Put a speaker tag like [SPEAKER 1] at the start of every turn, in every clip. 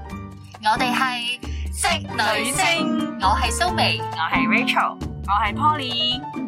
[SPEAKER 1] 我哋係職女聲，
[SPEAKER 2] 星，
[SPEAKER 1] 我係蘇眉，
[SPEAKER 2] 我係 Rachel，我係 Poly。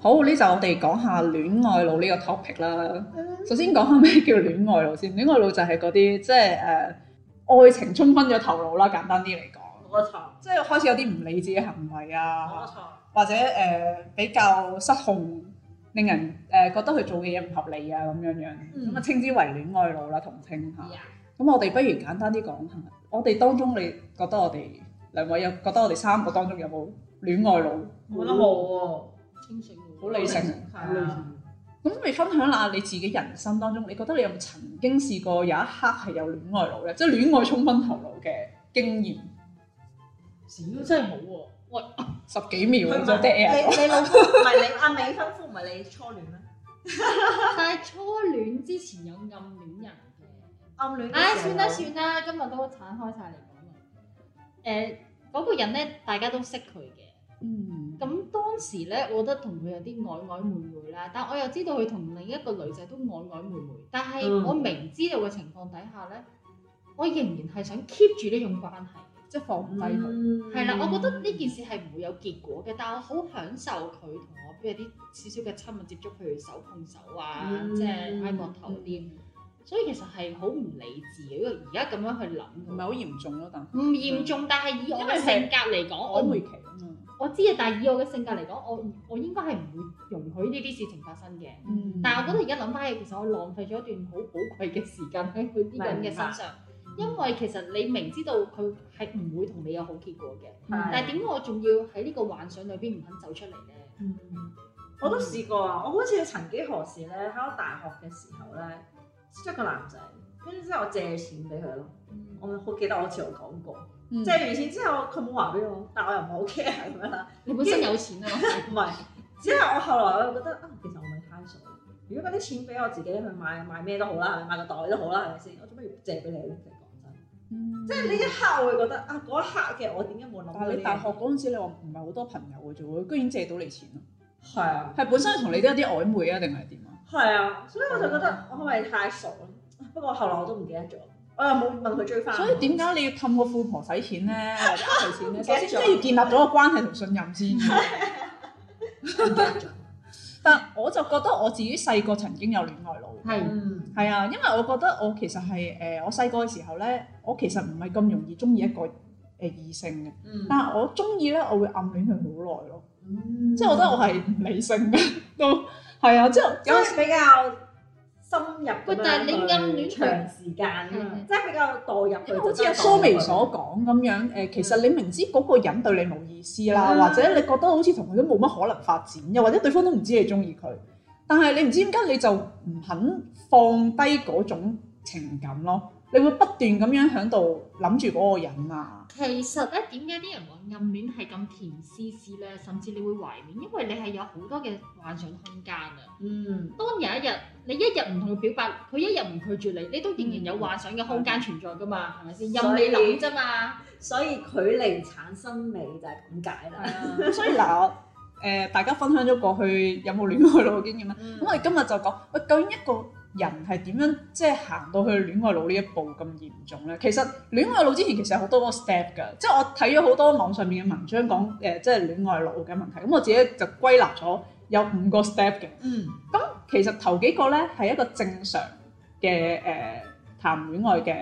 [SPEAKER 3] 好，呢就我哋講下戀愛腦呢個 topic 啦。
[SPEAKER 2] 嗯
[SPEAKER 3] 首先講下咩叫戀愛腦先。戀愛腦就係嗰啲即係誒、呃愛情沖昏咗頭腦啦，簡單啲嚟講，
[SPEAKER 2] 冇錯，
[SPEAKER 3] 即係開始有啲唔理智嘅行為
[SPEAKER 2] 冇
[SPEAKER 3] 啊，
[SPEAKER 2] 錯，
[SPEAKER 3] 或者誒、呃比較失控，令人誒、呃、覺得佢做嘅嘢唔合理啊咁樣樣，
[SPEAKER 2] 嗯
[SPEAKER 3] 咁啊稱之為戀愛腦啦，同稱下。
[SPEAKER 2] Yeah
[SPEAKER 3] 咁我哋不如簡單啲講下，我哋當中你覺得我哋兩位有覺得我哋三個當中有冇戀愛腦？
[SPEAKER 2] 我覺得冇喎，清醒，
[SPEAKER 3] 好理性
[SPEAKER 2] 係啊，
[SPEAKER 3] 咁你分享下你自己人生當中，你覺得你有冇曾經試過有一刻係有戀愛腦咧，即係戀愛衝昏頭腦嘅經驗，
[SPEAKER 2] 少真係冇喎。喂，
[SPEAKER 3] 十幾秒
[SPEAKER 2] 佢唔係
[SPEAKER 3] 就 dead air 咗
[SPEAKER 2] 你你老夫唔係你阿美婚夫唔係你初戀咩？
[SPEAKER 4] 但係初戀之前有暗戀人嘅，
[SPEAKER 2] 暗戀嘅時候
[SPEAKER 4] 唉，算啦算啦，今日都剷開晒嚟講啦。誒、嗰、個人咧，大家都識佢嘅。
[SPEAKER 3] 嗯，
[SPEAKER 4] 咁當時咧，我覺得同佢有啲曖曖昧昧啦，但我又知道佢同另一個女仔都曖曖昧昧，但係
[SPEAKER 2] 嗯
[SPEAKER 4] 我明知道嘅情況底下咧，我仍然係想 keep 住呢種關係。
[SPEAKER 3] 即係放低佢。
[SPEAKER 2] 嗯
[SPEAKER 4] 係啦，我覺得呢件事係唔會有結果嘅，但我好享受佢同我有啲少少嘅親密接觸，譬如手碰手啊，
[SPEAKER 2] 嗯
[SPEAKER 4] 即係挨膊頭
[SPEAKER 3] 嗯
[SPEAKER 4] 啲，所以其實係好唔理智嘅。因為而家咁樣去諗，
[SPEAKER 3] 唔係好嚴重咯，但係
[SPEAKER 4] 唔嚴重，但係以我
[SPEAKER 3] 因為
[SPEAKER 4] 嘅
[SPEAKER 3] 係
[SPEAKER 4] 性格嚟講，我
[SPEAKER 3] 曖昧
[SPEAKER 4] 唔
[SPEAKER 3] 期啊嘛，
[SPEAKER 4] 我知啊，但係以我嘅性格嚟講，我我應該係唔會容許呢啲事情發生嘅。
[SPEAKER 3] 嗯
[SPEAKER 4] 但係我覺得而家諗翻起，其實我浪費咗一段好寶貴嘅時間喺佢呢個人嘅身上，因為其實你明知道佢係唔會同你有好結果嘅。
[SPEAKER 2] 係
[SPEAKER 4] 但係點解我仲要喺呢個幻想裏邊唔肯走出嚟咧？
[SPEAKER 2] 嗯我都試過啊！我好似曾幾何時咧，喺我大學嘅時候咧，識咗個男仔，跟住之後我借錢俾佢咯。
[SPEAKER 4] 嗯
[SPEAKER 2] 我好記得我好似有講過，
[SPEAKER 3] 嗯
[SPEAKER 2] 借完錢之後佢冇話俾我，但我又唔係好 care 咁樣啦。
[SPEAKER 4] 你本身有錢啊嘛，
[SPEAKER 2] 唔係，只係我後來我又覺得啊，其實我咪貪水。如果嗰啲錢俾我自己去買買咩都好啦，係咪買個袋都好啦，係咪先？我做咩要借俾你咧？其實講真，
[SPEAKER 3] 嗯
[SPEAKER 2] 即係呢一刻我會覺得啊，嗰一刻嘅我點解冇諗
[SPEAKER 3] 但
[SPEAKER 2] 到
[SPEAKER 3] 係
[SPEAKER 2] 呢
[SPEAKER 3] 你
[SPEAKER 2] 樣
[SPEAKER 3] 大學嗰陣時，你話唔係好多朋友嘅啫喎，居然借到你錢咯，
[SPEAKER 2] 係啊？
[SPEAKER 3] 係本身同你都有啲曖昧啊，定係點啊？
[SPEAKER 2] 係啊，所以我就覺得我係咪太傻啦？不過後來我都唔記得咗，我又冇問佢追翻。
[SPEAKER 3] 所以點解你要氹個富婆使錢咧，或者呃佢 錢咧？首先即
[SPEAKER 2] 唔記得咗
[SPEAKER 3] 係要建立咗個關係同信任先。啊但我就覺得我自己細個曾經有戀愛腦，
[SPEAKER 4] 係
[SPEAKER 2] 嗯
[SPEAKER 3] 係啊，因為我覺得我其實係誒、呃我細個嘅時候咧，我其實唔係咁容易中意一個誒、呃、異性嘅，
[SPEAKER 2] 嗯
[SPEAKER 3] 但係我中意咧，我會暗戀佢好耐咯，
[SPEAKER 2] 嗯
[SPEAKER 3] 即係我覺得我係唔理性嘅都係啊，即係
[SPEAKER 2] 即
[SPEAKER 3] 有
[SPEAKER 2] 係比較深入咁樣
[SPEAKER 4] 喂但係你暗戀
[SPEAKER 2] 去長時間啊嘛
[SPEAKER 4] 係
[SPEAKER 2] 即係比較代入去
[SPEAKER 3] 因為
[SPEAKER 2] 就真係代入去。
[SPEAKER 3] 好似阿蘇眉所講咁樣，誒、其實你明知嗰個人對你冇意思啦，
[SPEAKER 2] 嗯
[SPEAKER 3] 或者你覺得好似同佢都冇乜可能發展，又或者對方都唔知你中意佢，但係你唔知點解你就唔肯放低嗰種情感咯，你會不斷咁樣喺度諗住嗰個人啊，
[SPEAKER 4] 其實咧，點解啲人話暗戀係咁甜絲絲咧？甚至你會懷念，因為你係有好多嘅幻想空間啊。
[SPEAKER 2] 嗯
[SPEAKER 4] 當有一日你一日唔同佢表白，佢一日唔拒絕你，你都仍然有幻想嘅空間存在噶嘛？係咪先？任
[SPEAKER 2] 所以
[SPEAKER 4] 你諗啫嘛。
[SPEAKER 2] 所以距離產生美就係咁解啦。
[SPEAKER 3] 咁所以嗱，我誒、大家分享咗過去有冇戀愛腦嘅經驗啦，
[SPEAKER 2] 嗯
[SPEAKER 3] 咁、我哋今日就講，喂，究竟一個人係點樣即係行到去戀愛腦呢一步咁嚴重咧？其實戀愛腦之前其實有好多個 step 㗎，即係我睇咗好多網上面嘅文章講誒、呃即係戀愛腦嘅問題，咁我自己就歸納咗有五個 step 嘅。
[SPEAKER 2] 嗯，
[SPEAKER 3] 其實頭幾個咧係一個正常嘅誒、呃、談戀愛嘅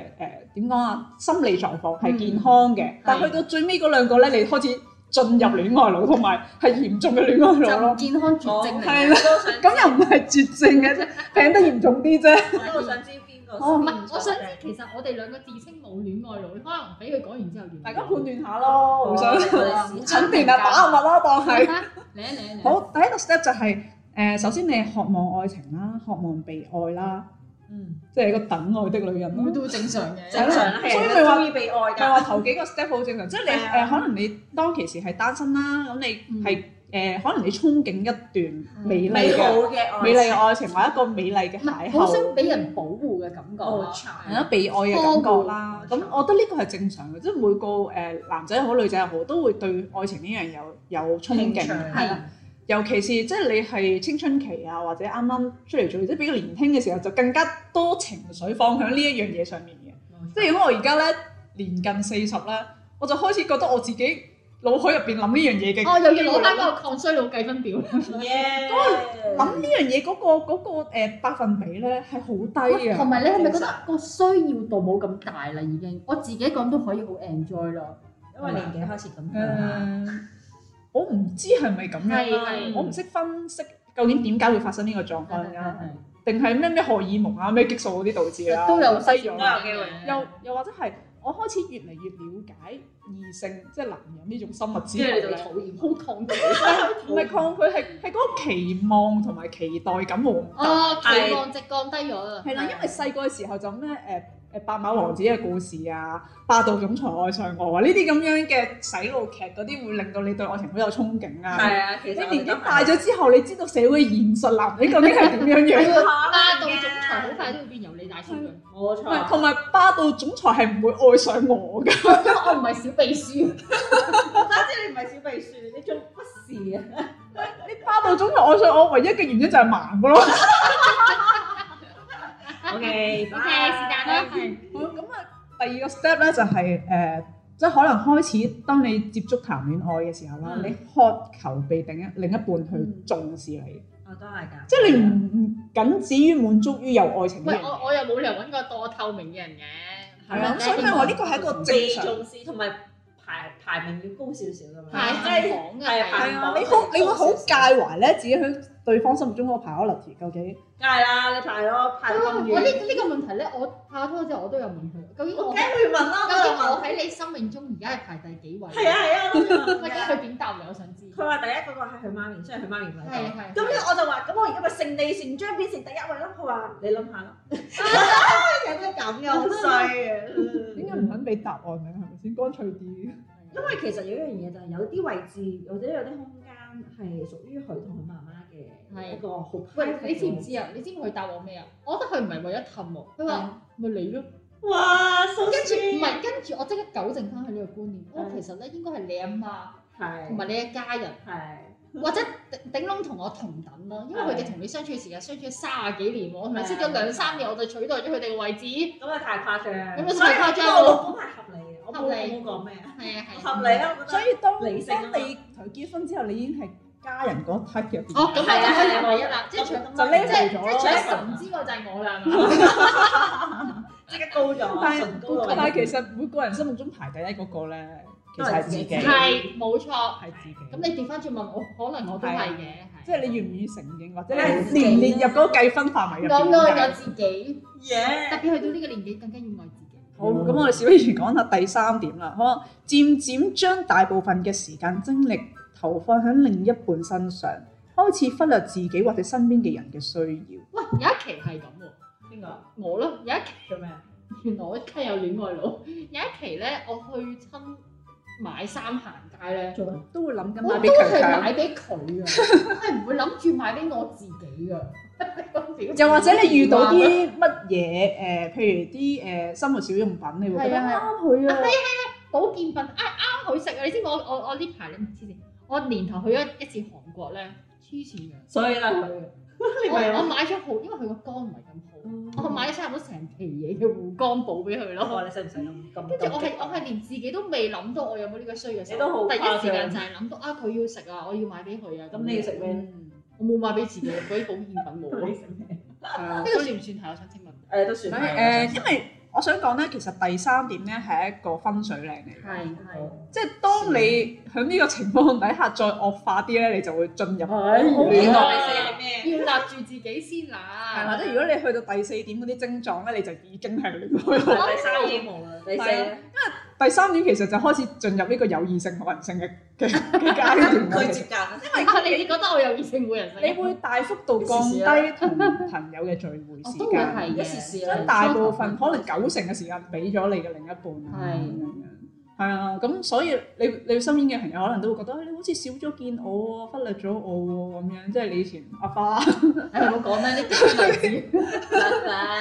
[SPEAKER 3] 誒點講啊，心理狀況係健康嘅，但係去到最尾嗰兩個咧，你開始進入戀愛腦，同埋係嚴重嘅戀愛腦
[SPEAKER 4] 就
[SPEAKER 3] 咯
[SPEAKER 4] 唔。健康絕症嚟
[SPEAKER 3] 係
[SPEAKER 4] 嘅。
[SPEAKER 3] 啦
[SPEAKER 2] 我都想，
[SPEAKER 3] 咁又唔係絕症嘅啫，病得嚴重啲 啫。
[SPEAKER 2] 我都想知邊個。
[SPEAKER 3] 哦
[SPEAKER 4] 唔係，我想知其實我哋兩個自稱冇戀愛腦，可能俾佢講完之後，
[SPEAKER 3] 大家判斷下咯，互相
[SPEAKER 2] 想
[SPEAKER 3] 診斷 啊，把握啦，當係。
[SPEAKER 4] 係嚟啊嚟啊嚟啊！
[SPEAKER 3] 好，第一個 step 就係、呃首先你係渴望愛情啦，渴望被愛啦，
[SPEAKER 2] 嗯，
[SPEAKER 3] 即係一個等愛的女人啦。
[SPEAKER 4] 都正常嘅
[SPEAKER 2] 正常啦，係
[SPEAKER 3] 所以
[SPEAKER 2] 人
[SPEAKER 3] 咪
[SPEAKER 2] 都
[SPEAKER 3] 話
[SPEAKER 2] 中意被愛
[SPEAKER 3] 就係話
[SPEAKER 2] 㗎。
[SPEAKER 3] 頭幾個 step 好正常，即係你
[SPEAKER 2] 係
[SPEAKER 3] 誒、
[SPEAKER 2] 啊
[SPEAKER 3] 呃可能你當其時係單身啦，咁你係誒、呃可能你憧憬一段美麗
[SPEAKER 2] 美好
[SPEAKER 3] 嘅、
[SPEAKER 2] 嘅愛情
[SPEAKER 3] 美麗嘅愛情或者一個美麗嘅
[SPEAKER 4] 唔係
[SPEAKER 3] 邂
[SPEAKER 4] 好想
[SPEAKER 3] 逅，
[SPEAKER 4] 俾人保護嘅感覺
[SPEAKER 2] 哦
[SPEAKER 4] 咯，
[SPEAKER 3] 係啦，被愛嘅感覺啦。咁
[SPEAKER 2] 呵護
[SPEAKER 3] 我覺得呢個係正常嘅，即係每個誒、呃男仔好女仔好都會對愛情呢樣有有憧憬嘅。
[SPEAKER 2] 興趣
[SPEAKER 3] 係啦，尤其是即係你係青春期啊，或者啱啱出嚟做嘢，即係比較年輕嘅時候，就更加多情緒放喺呢一樣嘢上面嘅。即係如果我而家咧年近四十咧，我就開始覺得我自己腦海入邊諗呢樣嘢嘅，
[SPEAKER 4] 哦，又要攞翻個抗衰老計分表啦。
[SPEAKER 2] 耶，
[SPEAKER 3] 諗呢樣嘢嗰個嗰、個、呃、百分比咧係好低啊嘅。
[SPEAKER 4] 同埋你係咪覺得個需要度冇咁大啦？已經我自己講都可以好 enjoy 咯。
[SPEAKER 2] 因為年紀開始
[SPEAKER 3] 誒、
[SPEAKER 2] 咁樣啦，
[SPEAKER 3] 呃我唔知係咪咁樣啦，
[SPEAKER 4] 係係
[SPEAKER 3] 我唔識分析究竟點解會發生呢個狀況
[SPEAKER 4] 嗯係係
[SPEAKER 3] 啦，
[SPEAKER 4] 係
[SPEAKER 3] 定係咩咩荷爾蒙啊、咩激素嗰啲導致啊啦，
[SPEAKER 4] 都有
[SPEAKER 3] 西
[SPEAKER 2] 都
[SPEAKER 3] 咗
[SPEAKER 2] 有機會嘅
[SPEAKER 3] 又又或者係我開始越嚟越了解異性即係男人呢種生物之
[SPEAKER 2] 跟住
[SPEAKER 3] 後
[SPEAKER 2] 你就
[SPEAKER 3] 咧，
[SPEAKER 2] 討厭。
[SPEAKER 4] 好抗拒。
[SPEAKER 3] 唔係抗拒係係嗰個期望同埋期待感冇咁大。
[SPEAKER 4] 哦，期望值降低咗啦。
[SPEAKER 3] 係啦，因為細個嘅時候就咩誒誒白馬王子嘅故事啊，霸道總裁愛上我啊，呢啲咁樣嘅洗腦劇嗰啲會令到你對愛情好有憧憬啊。
[SPEAKER 2] 係啊，其
[SPEAKER 3] 你
[SPEAKER 2] 實
[SPEAKER 3] 年紀大咗之後，你知道社會現實男人究竟係點樣樣，
[SPEAKER 4] 霸道總裁好快都會變由你大叔嘅，
[SPEAKER 2] 冇
[SPEAKER 3] 唔係
[SPEAKER 2] 錯，
[SPEAKER 3] 同埋霸道總裁係唔會愛上我嘅。
[SPEAKER 4] 因為我唔係小秘書，
[SPEAKER 2] 我打知你唔係小秘書，你做乜 事啊？
[SPEAKER 3] 你霸道總裁愛上我，唯一嘅原因就係盲嘅咯。
[SPEAKER 2] O K，
[SPEAKER 4] OK，是但啦，係
[SPEAKER 3] 好咁啊，第二個 step 咧就係、呃即係可能開始，當你接觸談戀愛嘅時候啦，
[SPEAKER 2] 嗯
[SPEAKER 3] 你渴求被另一另一半去重視你，
[SPEAKER 2] 我都係㗎，
[SPEAKER 3] 即係你唔唔僅止於滿足於有愛情呢
[SPEAKER 4] 喂，
[SPEAKER 3] 樣
[SPEAKER 4] 我
[SPEAKER 3] 嘢，
[SPEAKER 4] 我又冇理由揾個多透明嘅人嘅，
[SPEAKER 3] 係啊，所以咪話呢個係一個正
[SPEAKER 2] 被
[SPEAKER 3] 常。
[SPEAKER 2] 重視同埋排排名要高少少咁樣，
[SPEAKER 4] 排行榜嘅
[SPEAKER 2] 係
[SPEAKER 3] 係
[SPEAKER 2] 係
[SPEAKER 3] 啊，你好，你會好介懷咧，自己喺對方心目中嗰個 priority 究竟
[SPEAKER 2] 梗係啦，你排咯，排
[SPEAKER 4] 我
[SPEAKER 2] 咁
[SPEAKER 4] 呢
[SPEAKER 2] 遠，
[SPEAKER 4] 呢個問題咧，我拍拖之後我都有問佢，究竟
[SPEAKER 2] 我
[SPEAKER 4] 我
[SPEAKER 2] 梗會問啦，
[SPEAKER 4] 究
[SPEAKER 2] 我
[SPEAKER 4] 竟
[SPEAKER 2] 就問
[SPEAKER 4] 我。喺你生命中而家係排第幾位？
[SPEAKER 2] 係啊，係啊，我都 想
[SPEAKER 4] 喂，
[SPEAKER 2] 問
[SPEAKER 4] 咁
[SPEAKER 2] 㗎
[SPEAKER 4] 佢點答你？我想知。
[SPEAKER 2] 佢話第一嗰個係佢媽咪，雖然佢媽咪唔喺
[SPEAKER 4] 係
[SPEAKER 2] 度。
[SPEAKER 4] 係。
[SPEAKER 2] 咁咧我就話：咁我而家咪勝利成章變成第一位咯。佢話：你諗 下啦，有啲咁嘅好衰啊！
[SPEAKER 4] 嗯
[SPEAKER 3] 點解唔肯俾答案嘅？係咪先乾脆啲？
[SPEAKER 2] 因為其實有一樣嘢就係有啲位置或者有啲空間係屬於佢同佢媽媽嘅
[SPEAKER 4] 係
[SPEAKER 2] 一個好 private
[SPEAKER 4] 喂，你知唔
[SPEAKER 2] 嘅
[SPEAKER 4] 知啊？你知唔知佢答我咩啊？我覺得佢唔係為咗氹我，佢話咪你咯。
[SPEAKER 2] 位置？哇！跟
[SPEAKER 4] 跟住唔係，跟住我即刻糾正翻佢呢個觀念。我其實咧應該係你阿媽同
[SPEAKER 2] 係
[SPEAKER 4] 埋你嘅家人，
[SPEAKER 2] 係
[SPEAKER 4] 或者頂頂籠同我同等啦。因為佢哋同你相處嘅時間相處咗三十幾年喎，我同埋識咗兩三年，我就取代咗佢哋嘅位置。
[SPEAKER 2] 咁啊太誇張，
[SPEAKER 4] 咁啊太誇張
[SPEAKER 2] 所以我老公係合理嘅，我冇
[SPEAKER 4] 合理
[SPEAKER 2] 我冇講咩啊，
[SPEAKER 4] 係啊係啊。
[SPEAKER 2] 合理啊，我覺
[SPEAKER 3] 所
[SPEAKER 2] 得。
[SPEAKER 3] 以當當
[SPEAKER 2] 理性啊嘛
[SPEAKER 3] 你同佢結婚之後，你已經係家人嗰 type 入邊，
[SPEAKER 4] 哦，咁我就可以係唯一啦，即係除
[SPEAKER 3] 就
[SPEAKER 2] 呢
[SPEAKER 3] 匿
[SPEAKER 4] 即
[SPEAKER 3] 埋
[SPEAKER 4] 係
[SPEAKER 3] 咗
[SPEAKER 4] 即
[SPEAKER 3] 咯
[SPEAKER 4] 係除咗神之外就係我啦，係嘛？
[SPEAKER 2] 即刻高咗，
[SPEAKER 3] 但
[SPEAKER 2] 唇高
[SPEAKER 3] 係
[SPEAKER 2] 咗。
[SPEAKER 3] 但係其實每個人心目中排第一嗰個咧，其實係自己，
[SPEAKER 2] 都
[SPEAKER 3] 係
[SPEAKER 4] 係冇錯。
[SPEAKER 3] 自己。
[SPEAKER 4] 咁你調翻轉問我，可能我都係嘅，係
[SPEAKER 3] 即係你願唔願意承認，或者
[SPEAKER 2] 都係
[SPEAKER 3] 你
[SPEAKER 2] 自己
[SPEAKER 3] 連列入嗰個計分範圍入
[SPEAKER 4] 我都有
[SPEAKER 3] 邊？
[SPEAKER 4] 自己。
[SPEAKER 2] 耶
[SPEAKER 4] 特別去到呢個年紀，更加要愛自己。
[SPEAKER 3] 好，咁我哋小議員講下第三點啦，可能漸漸將大部分嘅時間精力投放喺另一半身上，開始忽略自己或者身邊嘅人嘅需要。
[SPEAKER 4] 喂，有一期係咁喎，
[SPEAKER 2] 邊個
[SPEAKER 4] 我咯，有一期
[SPEAKER 2] 做咩？
[SPEAKER 4] 原來我真係有戀愛腦。有一期咧，我去親買衫行街咧，
[SPEAKER 2] 做咩？
[SPEAKER 3] 都會諗緊
[SPEAKER 4] 我
[SPEAKER 3] 買
[SPEAKER 4] 都
[SPEAKER 3] 俾強
[SPEAKER 4] 係
[SPEAKER 3] 強，
[SPEAKER 4] 買俾佢啊，我係唔會諗住買俾我自己啊 噶。
[SPEAKER 3] 又或者你遇到
[SPEAKER 4] 嗯
[SPEAKER 3] 啲乜嘢呃誒，譬如啲誒、呃生活小用品，你會覺得
[SPEAKER 4] 係啊係
[SPEAKER 3] 啱
[SPEAKER 4] 啊
[SPEAKER 3] 佢啊，
[SPEAKER 4] 保健品啱啱佢食啊！你知唔知我我我呢排你唔知先，我年頭去咗一次韓國咧，黐線嘅。
[SPEAKER 2] 所以啦，佢你咪
[SPEAKER 4] 我我
[SPEAKER 2] 有
[SPEAKER 4] 買咗好，因為佢個肝唔係咁好，我買咗差唔多成皮嘢嘅護肝寶俾佢
[SPEAKER 2] 我
[SPEAKER 4] 咯。
[SPEAKER 2] 話你使唔使咁咁？
[SPEAKER 4] 跟住我係我係連自己都未諗到我有冇呢個需要嘅時
[SPEAKER 2] 你都好
[SPEAKER 4] 候，第一時間
[SPEAKER 2] 誇張
[SPEAKER 4] 就係諗到啊佢要食啊，我要買俾佢啊。
[SPEAKER 2] 咁你要食咩？
[SPEAKER 4] 我冇買俾自己，嗰啲保健品冇。
[SPEAKER 2] 你
[SPEAKER 4] 呢
[SPEAKER 2] 食咩？
[SPEAKER 3] 係嗯啊
[SPEAKER 4] 個算唔算係？我想請問。
[SPEAKER 2] 誒都
[SPEAKER 3] 所
[SPEAKER 2] 算
[SPEAKER 3] 以
[SPEAKER 2] 係
[SPEAKER 3] 誒，因為我想講咧，其實第三點咧係一個分水嶺嚟嘅。
[SPEAKER 4] 係
[SPEAKER 3] 即係當你
[SPEAKER 4] 啊
[SPEAKER 3] 喺呢個情況底下再惡化啲咧，你就會進入
[SPEAKER 4] 啊
[SPEAKER 2] 唉
[SPEAKER 3] 好
[SPEAKER 2] 你
[SPEAKER 3] 亂
[SPEAKER 2] 講
[SPEAKER 3] 咯。
[SPEAKER 2] 你寫係咩？
[SPEAKER 4] 係，要立住自己先
[SPEAKER 3] 係
[SPEAKER 4] 啦。
[SPEAKER 3] 或者如果你去到第四點嗰啲症狀咧，你就已經係戀愛啦。
[SPEAKER 2] 第三已經冇啦，第四咧
[SPEAKER 3] 第三點其實就開始進入呢個有異性同人性嘅嘅嘅階段 啦。
[SPEAKER 2] 佢
[SPEAKER 3] 其實
[SPEAKER 2] 接近啦，
[SPEAKER 4] 因為 你你覺得我有異性會人性，
[SPEAKER 3] 你會大幅度降低同朋友嘅聚哦會
[SPEAKER 4] 我
[SPEAKER 3] 時
[SPEAKER 4] 哦都會
[SPEAKER 3] 間，
[SPEAKER 4] 係
[SPEAKER 2] 一
[SPEAKER 4] 嘅。
[SPEAKER 2] 時時啦
[SPEAKER 3] 將大部分可能九成嘅時間俾咗你嘅另一半啊
[SPEAKER 4] 係
[SPEAKER 3] 咁樣樣。係啊，咁所以你你身邊嘅朋友可能都會覺得哎你好似少咗見我喎，忽略咗我喎咁樣，即係你以前阿花。
[SPEAKER 4] 誒我講咧呢 啲例子，
[SPEAKER 2] 得啦。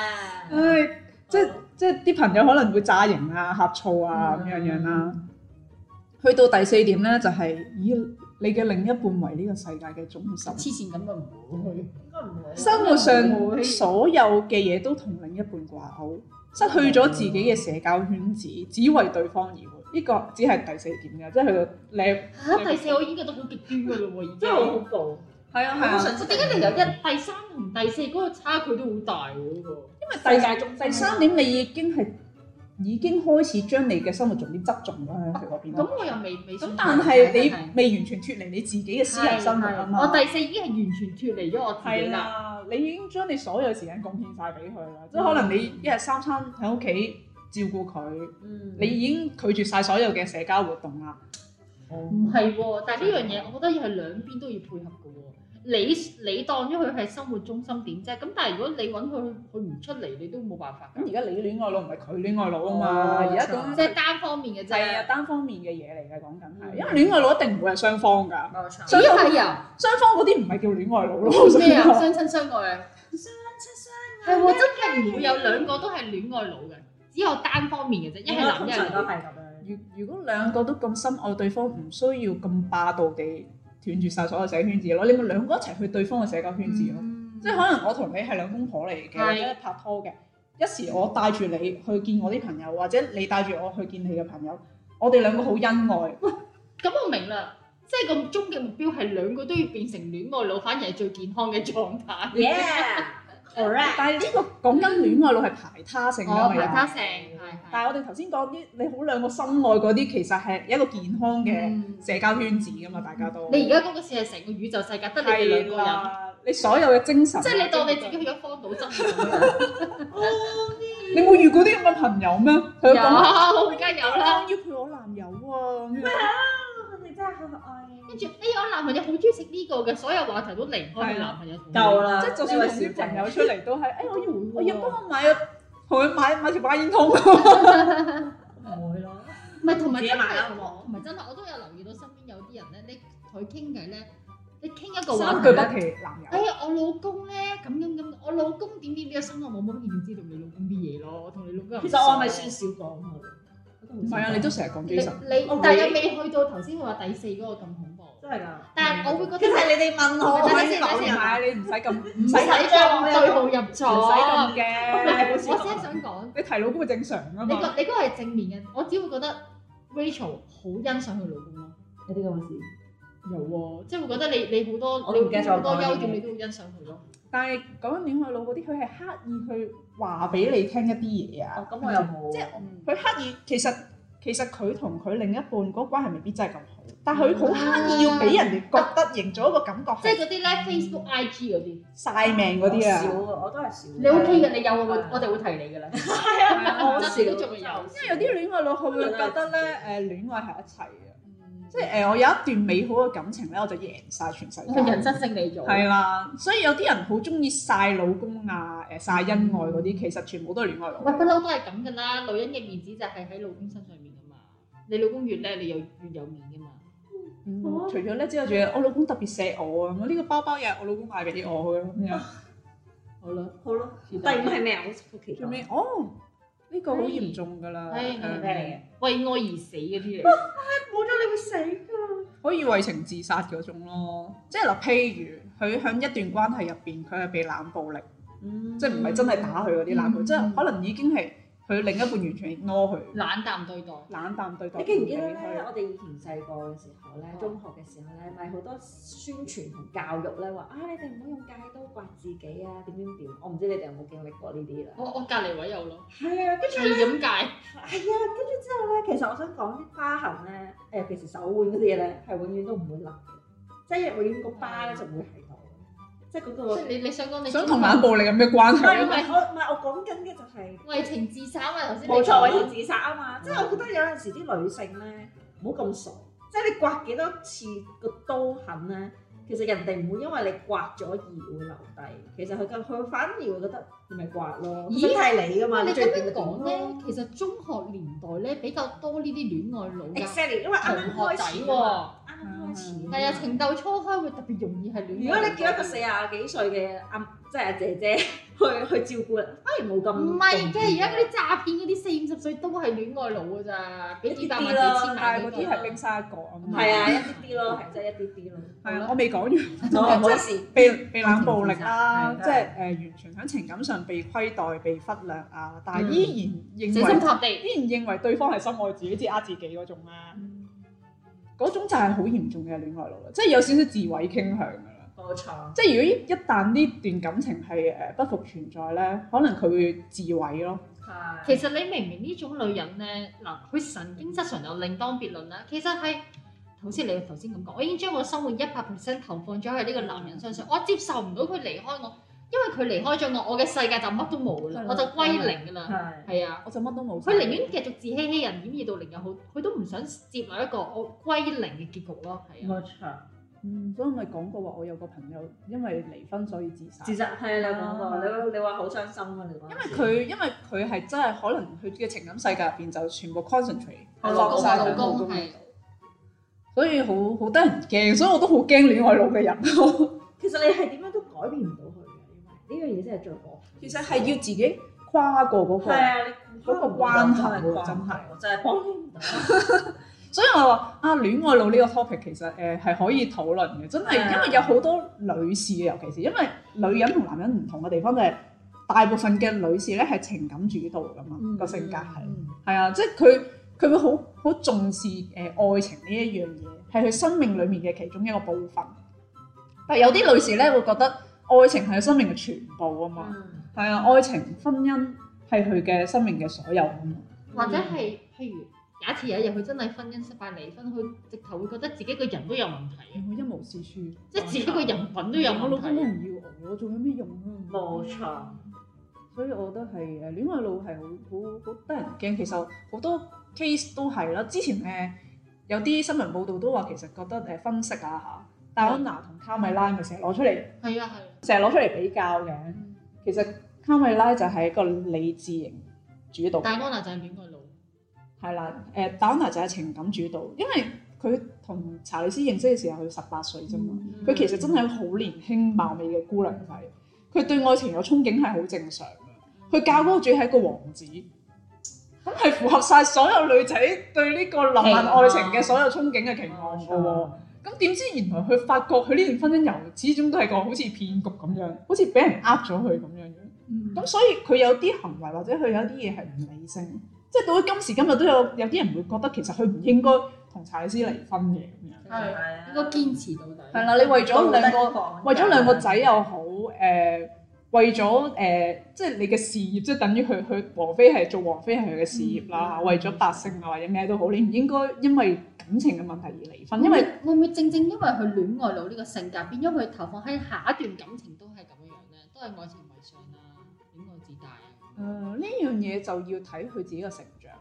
[SPEAKER 3] 唉，即係即係啲朋友可能會炸型啊、呷醋啊咁樣樣啦。去到第四點咧，就係、以你嘅另一半為呢個世界嘅中心。
[SPEAKER 4] 黐線咁嘅唔會去。
[SPEAKER 2] 應該唔會。
[SPEAKER 3] 生活
[SPEAKER 4] 唔會
[SPEAKER 3] 上所有嘅嘢都同另一半掛鈎，失去咗自己嘅社交圈子，只為對方而活。呢、個只係第四點嘅，即係去到你
[SPEAKER 4] 嚇、第四我已經覺得好極端㗎嘞喎，已經。
[SPEAKER 2] 真係好恐怖。
[SPEAKER 3] 係啊
[SPEAKER 2] 我好想知
[SPEAKER 4] 我點解你由一第三同第四嗰個差距都好大喎？呢個
[SPEAKER 3] 因為第第三點，你已經係已經開始將你嘅生活重點側重咗喺佢嗰邊啦。
[SPEAKER 4] 咁我又未未
[SPEAKER 3] 咁
[SPEAKER 4] 算
[SPEAKER 3] 但係你未完全脱離你自己嘅私人
[SPEAKER 4] 係
[SPEAKER 3] 生活啊
[SPEAKER 4] 係
[SPEAKER 3] 嘛。
[SPEAKER 4] 我第四已經係完全脱離咗我自己
[SPEAKER 3] 係
[SPEAKER 4] 啦。
[SPEAKER 3] 啦，嗯你已經將你所有時間貢獻晒俾佢啦，即係可能你一日三餐喺屋企照顧佢，
[SPEAKER 2] 嗯
[SPEAKER 3] 你已經拒絕晒所有嘅社交活動啦。
[SPEAKER 4] 唔係喎，但係呢樣嘢，我覺得要係兩邊都要配合嘅喎。你你當咗佢係生活中心點啫，咁但係如果你揾佢，佢唔出嚟，你都冇辦法
[SPEAKER 3] 咁而
[SPEAKER 4] 㗎。
[SPEAKER 3] 家你戀愛腦唔係佢戀愛腦啊嘛，
[SPEAKER 2] 哦
[SPEAKER 3] 而家咁
[SPEAKER 4] 即係單方面嘅
[SPEAKER 3] 係啊
[SPEAKER 4] 啫。
[SPEAKER 3] 單方面嘅嘢嚟嘅講緊係，因為戀愛腦一定唔會係雙方㗎，
[SPEAKER 2] 冇錯。
[SPEAKER 3] 所以我
[SPEAKER 4] 係啊，
[SPEAKER 3] 雙方嗰啲唔係叫戀愛腦咯。我想
[SPEAKER 4] 咩啊，
[SPEAKER 3] 講
[SPEAKER 4] 相親相愛啊，係喎，真係唔會有兩個都係戀愛腦嘅，只有單方面嘅啫，一係男
[SPEAKER 2] 通
[SPEAKER 4] 一係
[SPEAKER 2] 常都
[SPEAKER 4] 女。
[SPEAKER 2] 係 咁樣。
[SPEAKER 3] 如如果兩個都咁深愛對方，唔需要咁霸道地斷絕晒所有社圈子咯，你咪兩個一齊去對方嘅社交圈子咯。即係可能我同你係兩公婆嚟嘅，
[SPEAKER 4] 係
[SPEAKER 3] 或者係拍拖嘅。一時我帶住你去見我啲朋友，或者你帶住我去見你嘅朋友，我哋兩個好恩愛。
[SPEAKER 4] 咁我明啦，即係個終極目標係兩個都要變成戀愛腦，反而係最健康嘅狀態。
[SPEAKER 2] Yeah，correct。
[SPEAKER 3] 但係呢個講緊戀愛腦係排他性㗎
[SPEAKER 4] 我
[SPEAKER 3] 嘛
[SPEAKER 4] 哦排他
[SPEAKER 3] 有。
[SPEAKER 4] 性係
[SPEAKER 3] 但係我哋頭先講啲你好兩個深愛嗰啲，其實係一個健康嘅
[SPEAKER 4] 係。
[SPEAKER 3] 社交圈子㗎嘛，大家都。
[SPEAKER 4] 嗯你而家嗰個事係成個宇宙世界得你哋兩個人，
[SPEAKER 3] 啦，你所有嘅精神，
[SPEAKER 4] 即係你當你自己去咗荒島真咁樣。
[SPEAKER 3] 你冇遇過啲咁嘅朋友咩？佢講哎
[SPEAKER 4] 有，梗係有啦。
[SPEAKER 3] 要陪我男友啊咁樣。
[SPEAKER 2] 我哋真係好可愛。
[SPEAKER 4] 跟住，哎呀，我男朋友好中意食呢個嘅，所有話題都離唔開佢男朋友。
[SPEAKER 2] 夠！
[SPEAKER 4] 啊
[SPEAKER 2] 啦，
[SPEAKER 3] 即係就算同啲朋友出嚟都係，誒我要我要幫
[SPEAKER 4] 唔
[SPEAKER 3] 我買個同佢買買條把煙啊筒。
[SPEAKER 2] 唔會咯。
[SPEAKER 4] 係同埋
[SPEAKER 2] 自
[SPEAKER 4] 真
[SPEAKER 2] 己買啦
[SPEAKER 4] 係
[SPEAKER 2] 好唔好
[SPEAKER 4] 唔係真係，我都有留意到身邊有啲人咧，你同佢傾偈咧，你傾一個話
[SPEAKER 3] 三
[SPEAKER 4] 題
[SPEAKER 3] 句
[SPEAKER 4] 呢
[SPEAKER 3] 不提男
[SPEAKER 4] 哎
[SPEAKER 3] 友。
[SPEAKER 4] 呀，我老公咧咁咁咁，我老公點點點，心我冇乜意見知道你老公啲嘢咯，我同你老公又唔
[SPEAKER 2] 其實我係咪
[SPEAKER 4] 熟
[SPEAKER 2] 算少講佢？
[SPEAKER 3] 唔係啊，你都成日講
[SPEAKER 4] 哦你
[SPEAKER 3] Jason。
[SPEAKER 4] 你
[SPEAKER 2] 我會
[SPEAKER 4] 但係又未去到頭先話第四嗰個咁恐怖，
[SPEAKER 2] 真係㗎。
[SPEAKER 4] 但係我會覺得
[SPEAKER 2] 係你哋
[SPEAKER 3] 哦
[SPEAKER 2] 問唔
[SPEAKER 4] 我我
[SPEAKER 2] 係
[SPEAKER 4] 可以講
[SPEAKER 3] 唔
[SPEAKER 4] 人
[SPEAKER 3] 係你唔使咁，唔
[SPEAKER 4] 唔
[SPEAKER 3] 使
[SPEAKER 4] 使
[SPEAKER 3] 咁
[SPEAKER 4] 咁對號入
[SPEAKER 3] 唔使咁
[SPEAKER 4] 座。
[SPEAKER 2] 係
[SPEAKER 3] 嘅。
[SPEAKER 2] 好
[SPEAKER 4] 我
[SPEAKER 2] 似
[SPEAKER 4] 只係想講，
[SPEAKER 3] 你提老公係正常
[SPEAKER 2] 啊
[SPEAKER 3] 噶
[SPEAKER 4] 哦你
[SPEAKER 3] 嘛？
[SPEAKER 4] 個你嗰個係正面嘅，我只會覺得 Rachel 好欣賞佢老公咯。
[SPEAKER 2] 有啲咁嘅事。
[SPEAKER 4] 有喎，即係會覺得你你好多
[SPEAKER 2] 我都唔記得
[SPEAKER 4] 你
[SPEAKER 2] 咗
[SPEAKER 4] 好多優
[SPEAKER 2] 講呢
[SPEAKER 4] 點，
[SPEAKER 2] 啲
[SPEAKER 4] 你都會欣賞佢咯。
[SPEAKER 3] 但係講緊戀愛腦嗰啊啲，佢係刻意去話俾你聽一啲嘢啊。
[SPEAKER 2] 哦，咁我又冇。
[SPEAKER 3] 即係佢刻意其實其實佢同佢另一半嗰個關係未必真係咁好，但係佢好刻意要俾人哋覺得營造一個感覺
[SPEAKER 4] 即
[SPEAKER 3] 係
[SPEAKER 4] 係嗰啲咧 Facebook、IG 嗰啲，
[SPEAKER 3] 晒命嗰啲
[SPEAKER 2] 少
[SPEAKER 3] 啊。
[SPEAKER 2] 啊，我都係少。
[SPEAKER 4] 你 OK 嘅，你有我會我哋會提你㗎啦。
[SPEAKER 3] 係啊
[SPEAKER 2] 我
[SPEAKER 4] 我
[SPEAKER 2] 少
[SPEAKER 4] 少都仲會有。
[SPEAKER 3] 因為有啲戀愛腦，佢會覺得咧誒戀愛係一齊嘅，即係誒、我有一段美好嘅感情咧，我就贏晒全世界。
[SPEAKER 4] 佢人生勝利組。
[SPEAKER 2] 啊
[SPEAKER 3] 係啦，所以有啲人好中意晒老公啊、誒晒恩愛嗰啲，其實全部都係戀愛
[SPEAKER 4] 喂，不
[SPEAKER 3] 腦。
[SPEAKER 4] 嬲都係咁噶啦，女人嘅面子就係喺老公身上面噶嘛。你老公越叻，你又越有面噶嘛。
[SPEAKER 3] 嗯除咗咧之後，仲有哦我老公特別錫我啊，我呢個包包又係我老公買俾我嘅咁樣。
[SPEAKER 4] 好啦，
[SPEAKER 2] 好咯。
[SPEAKER 4] 第
[SPEAKER 2] 第五係咩啊？我好奇
[SPEAKER 3] 最
[SPEAKER 2] 怪。
[SPEAKER 3] 尾哦，呢、個好嚴重㗎啦，
[SPEAKER 4] 係係
[SPEAKER 3] 誒
[SPEAKER 2] 咩嚟嘅？
[SPEAKER 4] 為愛而死嗰啲嚟，
[SPEAKER 2] 冇咗你會死㗎。
[SPEAKER 3] 可以為情自殺嗰種咯。即係嗱，譬如佢喺一段關係入邊，佢係被冷暴力。
[SPEAKER 2] 嗯
[SPEAKER 3] 即係唔係真係打佢嗰啲冷佢，
[SPEAKER 4] 嗯
[SPEAKER 3] 即係可能已經係佢另一半完全 ignore 佢，
[SPEAKER 4] 冷淡對待。
[SPEAKER 3] 冷淡對待。
[SPEAKER 2] 你記唔記得
[SPEAKER 3] 唔理佢
[SPEAKER 2] 咧？我哋以前細個嘅時候咧，中學嘅時候咧，咪好多宣傳同教育咧話啊，你哋唔好用戒刀刮自己啊，點點點。我唔知你哋有冇經歷過呢啲啦。
[SPEAKER 4] 我我隔離位有咯，
[SPEAKER 2] 哦係啊，跟住
[SPEAKER 4] 係咁解。
[SPEAKER 2] 係啊，跟住之後咧，其實我想講啲疤痕咧，誒尤其是手腕嗰啲嘢咧，係永遠都唔會甩嘅，即係永遠個疤咧就唔會喺度，哦即係嗰
[SPEAKER 4] 即
[SPEAKER 2] 個。
[SPEAKER 4] 係你你想講你
[SPEAKER 3] 想同冷暴力有咩關
[SPEAKER 2] 唔
[SPEAKER 3] 係啊
[SPEAKER 2] 係唔？係，我唔係我講緊嘅就係
[SPEAKER 4] 為情自殺啊嘛？頭先你
[SPEAKER 2] 冇錯，為
[SPEAKER 4] 講
[SPEAKER 2] 要自殺啊
[SPEAKER 4] 嗯
[SPEAKER 2] 嘛。即係我覺得有陣時啲女性咧，唔好咁傻，即係你刮幾多次個刀痕咧，其實人哋唔會因為你刮咗而會留低，其實佢嘅佢反而會覺得你咪刮咯，
[SPEAKER 4] 咦
[SPEAKER 2] 身體係你噶嘛，
[SPEAKER 4] 你
[SPEAKER 2] 最
[SPEAKER 4] 咁
[SPEAKER 2] 掂
[SPEAKER 4] 樣
[SPEAKER 2] 咪
[SPEAKER 4] 講
[SPEAKER 2] 掂
[SPEAKER 4] 咧
[SPEAKER 2] 咯，
[SPEAKER 4] 其實中學年代咧比較多呢啲戀愛腦嘅
[SPEAKER 2] Exactly，因為啱啱
[SPEAKER 4] 同
[SPEAKER 2] 開
[SPEAKER 4] 學仔
[SPEAKER 2] 始
[SPEAKER 4] 喎。啊
[SPEAKER 2] 啊嘛啱啱開始，
[SPEAKER 4] 係啊，情竇初開會特別容易係戀愛腦。
[SPEAKER 2] 如果你叫一個四廿幾歲嘅阿即係阿姐姐 去去照顧，反而冇咁
[SPEAKER 4] 唔係
[SPEAKER 2] 重
[SPEAKER 4] 嘅，而
[SPEAKER 2] 要
[SPEAKER 4] 家嗰啲詐騙嗰啲四五十歲都係戀愛腦㗎咋，俾幾百萬
[SPEAKER 2] 一啲啲咯
[SPEAKER 4] 幾千
[SPEAKER 3] 但
[SPEAKER 4] 萬嗯
[SPEAKER 3] 係嗰
[SPEAKER 4] 嗰啲
[SPEAKER 3] 啲係冰沙角啊嘛。
[SPEAKER 2] 係啊，一啲哦啲咯，係真係一啲啲咯。
[SPEAKER 3] 係啊，我未講完。
[SPEAKER 2] 好
[SPEAKER 4] 啊
[SPEAKER 2] 冇事，
[SPEAKER 3] 被被冷暴力啦，
[SPEAKER 4] 係
[SPEAKER 3] 即係誒呃完全喺情感上被虧待、被忽略啊，但係依然認
[SPEAKER 4] 嗯死心
[SPEAKER 3] 為
[SPEAKER 4] 塌地。
[SPEAKER 3] 依然認為對方係深愛自己，即係呃自己嗰種啦。
[SPEAKER 4] 嗯
[SPEAKER 3] 嗰種就係好嚴重嘅戀愛腦啦，即係有少少自毀傾向㗎啦。
[SPEAKER 2] 冇錯。
[SPEAKER 3] 即係如果一一旦呢段感情係誒不復存在咧，可能佢會自毀咯。
[SPEAKER 2] 係
[SPEAKER 4] 其實你明唔明呢種女人咧？嗱，佢神經質上有另當別論啦。其實係好似你頭先咁講，我已經將我生活一百 percent 投放咗喺呢個男人身上，我接受唔到佢離開我，因為佢離開咗我，我嘅世界就乜都冇㗎啦
[SPEAKER 2] 係，
[SPEAKER 4] 我就歸零㗎啦。
[SPEAKER 2] 係
[SPEAKER 4] 係啊，
[SPEAKER 3] 我就乜都冇。
[SPEAKER 4] 佢寧願繼續自欺欺人、掩耳盜鈴又好，佢都唔想接落一個我歸零嘅結局咯。係啊，
[SPEAKER 2] 冇錯。
[SPEAKER 3] 嗯，所以咪講過話，我有個朋友因為離婚所以自殺。
[SPEAKER 2] 自殺係你有講過，你你話好傷心啊！你講
[SPEAKER 3] 啊因為佢因為佢係真係可能佢嘅情感世界入邊就全部 concentrate
[SPEAKER 2] 係
[SPEAKER 4] 老
[SPEAKER 2] 落
[SPEAKER 4] 公
[SPEAKER 2] 晒
[SPEAKER 3] 喺
[SPEAKER 4] 老
[SPEAKER 3] 哦老
[SPEAKER 4] 公
[SPEAKER 3] 公
[SPEAKER 4] 係
[SPEAKER 3] 所以好好得人驚，所以我都好驚戀愛腦嘅人。
[SPEAKER 2] 其實你係點樣都改變唔到佢嘅，因為呢樣嘢真係最可怕。
[SPEAKER 3] 其實係要自己跨過嗰、個，
[SPEAKER 2] 係啊，你
[SPEAKER 3] 嗰個關係喎真係
[SPEAKER 2] 我啊真係幫你唔到。
[SPEAKER 3] 所以我話啊，戀愛腦呢個 topic 其實誒係、可以討論嘅，真係
[SPEAKER 2] 係啊
[SPEAKER 3] 因為有好多女士，啊尤其是因為女人同男人唔同嘅地方就係、大部分嘅女士咧係情感主導噶嘛，個、性格係係啊，即係佢佢會好好重視誒、呃、愛情呢一樣嘢，係佢生命裡面嘅其中一個部分。但係有啲女士咧會覺得愛情係佢生命嘅全部啊嘛。
[SPEAKER 2] 嗯
[SPEAKER 3] 係啊，愛情、婚姻係佢嘅生命嘅所有啊嘛。
[SPEAKER 2] 嗯
[SPEAKER 4] 或者係譬如假設有一日佢真係婚姻失敗離婚，佢直頭會覺得自己個人都有問題啊，
[SPEAKER 3] 我一無是處，
[SPEAKER 4] 即係自己個人品都有
[SPEAKER 3] 我老
[SPEAKER 4] 問
[SPEAKER 3] 公都
[SPEAKER 4] 題。
[SPEAKER 3] 唔要我，我仲有咩用啊？
[SPEAKER 2] 冇錯，
[SPEAKER 3] 所以我覺得係誒戀愛路係好好好得人驚。其實好多 case 都係啦。之前誒有啲新聞報道都話，其實覺得誒分析啊嚇，戴安娜同卡米拉咪成日攞出嚟，
[SPEAKER 4] 係啊係啊，
[SPEAKER 3] 成日攞出嚟比較嘅。
[SPEAKER 4] 嗯
[SPEAKER 3] 其實卡米拉就係一個理智型主導。
[SPEAKER 4] 戴安娜就係戀愛腦，
[SPEAKER 3] 係啦，誒戴安娜就係情感主導，因為佢同查理斯認識嘅時候，佢十八歲啫嘛，
[SPEAKER 4] 嗯
[SPEAKER 3] 佢、其實真係好年輕貌美嘅姑娘仔，佢對愛情有憧憬係好正常嘅，佢教嗰個主係一個王子，咁係符合晒所有女仔對呢個浪漫愛情嘅所有憧憬嘅期望嘅喎。
[SPEAKER 2] 啊
[SPEAKER 3] 咁點知原來佢發覺佢呢段婚姻由始終都係個好似騙局咁樣，好似俾人呃咗佢咁樣樣。咁所以佢有啲行為或者佢有啲嘢係唔理性，即係到咗今時今日都有有啲人會覺得其實佢唔應該同查理斯離婚嘅咁樣。
[SPEAKER 4] 係
[SPEAKER 2] 啊
[SPEAKER 4] 應該堅持到底。
[SPEAKER 3] 係啦，你為咗兩個
[SPEAKER 2] 個
[SPEAKER 3] 為咗兩個仔又好，誒、為咗誒、即係你嘅事業，即係等於佢佢王菲係做王菲係佢嘅事業啦，
[SPEAKER 4] 嗯
[SPEAKER 3] 為咗達成啊或者咩都好，你唔應該因為感情嘅問題而離婚，因
[SPEAKER 4] 因
[SPEAKER 3] 為
[SPEAKER 4] 為會唔會正正因為佢戀愛腦呢個性格，變咗佢投放喺下一段感情都係咁樣樣咧，都係愛情為上啊，戀愛自大啊。
[SPEAKER 3] 誒呃呢樣嘢就要睇佢自己嘅成長。